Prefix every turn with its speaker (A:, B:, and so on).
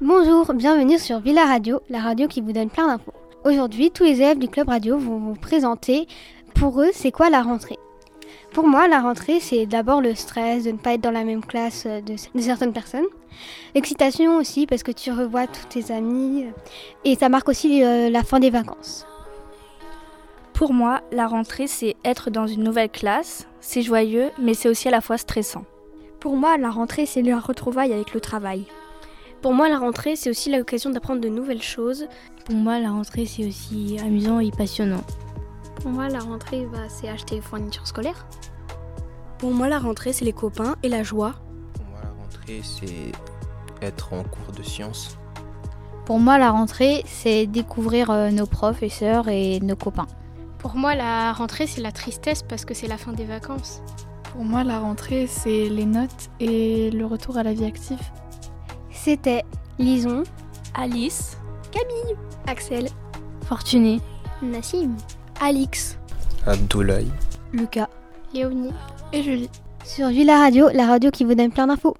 A: Bonjour, bienvenue sur Villa Radio, la radio qui vous donne plein d'infos. Aujourd'hui, tous les élèves du club radio vont vous présenter pour eux c'est quoi la rentrée. Pour moi, la rentrée, c'est d'abord le stress de ne pas être dans la même classe euh, de, de certaines personnes. L'excitation aussi parce que tu revois tous tes amis euh, et ça marque aussi euh, la fin des vacances.
B: Pour moi, la rentrée, c'est être dans une nouvelle classe. C'est joyeux, mais c'est aussi à la fois stressant.
C: Pour moi, la rentrée, c'est le retrouvaille avec le travail.
D: Pour moi, la rentrée, c'est aussi l'occasion d'apprendre de nouvelles choses.
E: Pour moi, la rentrée, c'est aussi amusant et passionnant.
F: Pour moi, la rentrée, bah, c'est acheter les fournitures scolaires.
G: Pour moi, la rentrée, c'est les copains et la joie.
H: Pour moi, la rentrée, c'est être en cours de sciences.
I: Pour moi, la rentrée, c'est découvrir euh, nos professeurs et nos copains.
J: Pour moi, la rentrée, c'est la tristesse parce que c'est la fin des vacances.
K: Pour moi, la rentrée, c'est les notes et le retour à la vie active.
A: C'était Lison,
B: Alice,
C: Camille, Axel,
E: Fortuné,
F: Nassim,
C: Alix,
H: Abdoulaye.
I: Lucas
J: Léonie.
K: Et Julie.
A: sur Villa Radio, la radio qui vous donne plein d'infos.